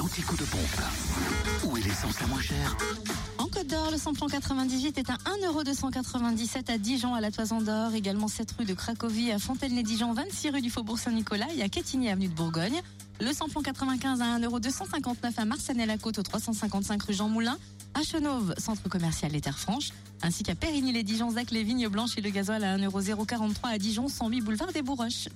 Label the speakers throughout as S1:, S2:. S1: anti-coup de pompe. Où est l'essence la moins chère
S2: En Côte d'Or, le samplon 98 est à 1,297€ à Dijon, à la Toison d'Or, également 7 rue de Cracovie, à Fontaine-les-Dijon, 26 rue du Faubourg Saint-Nicolas et à Quétigny, avenue de Bourgogne. Le samplon 95 à 1,259€ à Marsanais-la-Côte, au 355 rue Jean Moulin, à Chenauve, centre commercial Les Terres Franches, ainsi qu'à Périgny-les-Dijon, Zac, les Vignes Blanches et le gasoil à 1,043€ à Dijon, 108 boulevard des Bourroches.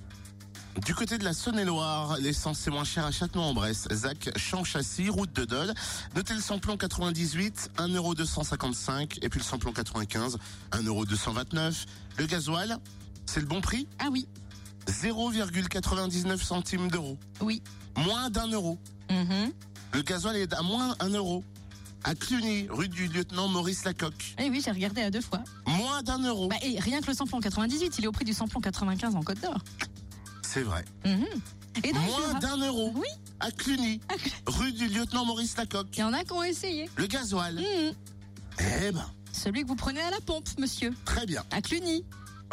S3: Du côté de la Saône-et-Loire, l'essence est moins chère à Châtenois-en-Bresse. Zac, Champ-Châssis, route de Dole. Notez le samplon 98, 1,255€. Et puis le samplon 95, 1,229€. Le gasoil, c'est le bon prix
S2: Ah oui,
S3: 0,99 centimes d'euros.
S2: oui.
S3: Moins d'un euro.
S2: Mhm.
S3: Le gasoil est à moins un euro. À Cluny, rue du lieutenant Maurice Lacocque.
S2: Eh oui, j'ai regardé à deux fois.
S3: Moins d'un euro.
S2: Bah, et rien que le samplon 98, il est au prix du samplon 95 en Côte d'Or.
S3: C'est vrai.
S2: Mhm. Et donc,
S3: Moins d'un euro.
S2: Oui,
S3: À Cluny, rue du lieutenant Maurice Lacocque.
S2: il y en a qui ont essayé.
S3: Le gasoil.
S2: Mhm.
S3: Eh ben,
S2: Celui que vous prenez à la pompe, monsieur,
S3: très bien.
S2: à Cluny.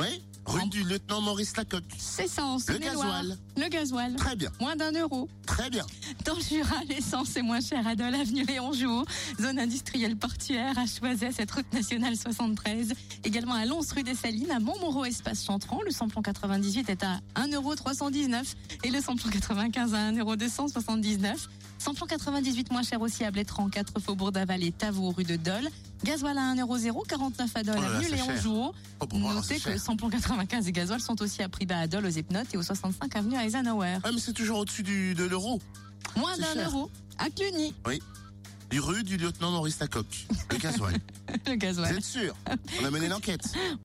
S3: Oui, rue
S2: En-
S3: du lieutenant Maurice Lacocque.
S2: C'est ça, en
S3: Le
S2: Saône-et-Loire.
S3: gasoil.
S2: Le gasoil.
S3: Très bien,
S2: Moins d'un euro.
S3: très bien.
S2: Dans le Jura, l'essence est moins chère à Dole, avenue Léon Jouot, zone industrielle portuaire, à Choisey, cette route nationale 73. Également à Lons, rue des Salines, à Montmoreau, espace Chantran. Le samplon 98 est à 1,319€ et le samplon 95 à 1,279€. Samplon 98 moins cher aussi à Blétran, 4 Faubourg d'Aval et Tavaux, rue de Dole. Gasoil à 1,049€ à Dole,
S3: Oh là là,
S2: avenue
S3: c'est
S2: Léon
S3: cher.
S2: Jouot.
S3: Oh, pour voir, c'est
S2: Notez que
S3: cher.
S2: samplon 95 et gasoil sont aussi à prix bas à Dole, aux Epnotes et au 65 avenue Eisenhower.
S3: Ah, mais c'est toujours au-dessus du- de l'euro.
S2: Moins
S3: C'est
S2: d'un
S3: cher.
S2: euro à Cluny.
S3: Du rue du lieutenant Maurice Lacocque. Le gasoil.
S2: Le gasoil.
S3: Vous êtes sûr On a mené l'enquête.